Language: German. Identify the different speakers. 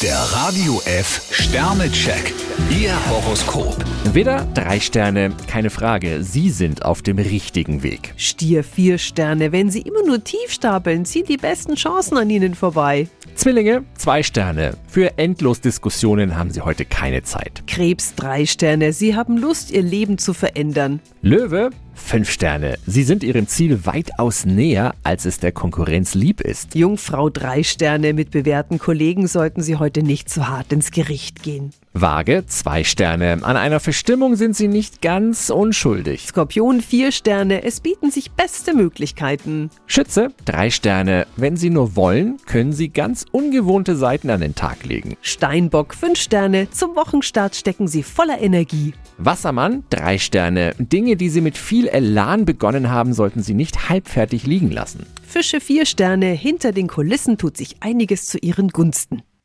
Speaker 1: Der Radio F Sternecheck. Ihr Horoskop.
Speaker 2: Widder, drei Sterne, keine Frage, Sie sind auf dem richtigen Weg.
Speaker 3: Stier vier Sterne. Wenn Sie immer nur tief stapeln, ziehen die besten Chancen an Ihnen vorbei.
Speaker 2: Zwillinge, zwei Sterne, für endlos Diskussionen haben Sie heute keine Zeit.
Speaker 3: Krebs drei Sterne. Sie haben Lust, Ihr Leben zu verändern.
Speaker 2: Löwe, fünf Sterne, Sie sind Ihrem Ziel weitaus näher, als es der Konkurrenz lieb ist.
Speaker 3: Jungfrau drei Sterne. Mit bewährten Kollegen sollten Sie heute nicht zu hart ins Gericht gehen.
Speaker 2: Waage, zwei Sterne, an einer Verstimmung sind Sie nicht ganz unschuldig.
Speaker 3: Skorpion vier Sterne. Es bieten sich beste Möglichkeiten.
Speaker 2: Schütze, drei Sterne, wenn Sie nur wollen, können Sie ganz ungewohnte Seiten an den Tag legen.
Speaker 3: Steinbock fünf Sterne. Zum Wochenstart stecken Sie voller Energie.
Speaker 2: Wassermann, drei Sterne, Dinge, die Sie mit viel Elan begonnen haben, sollten Sie nicht halbfertig liegen lassen.
Speaker 3: Fische vier Sterne. Hinter den Kulissen tut sich einiges zu Ihren Gunsten.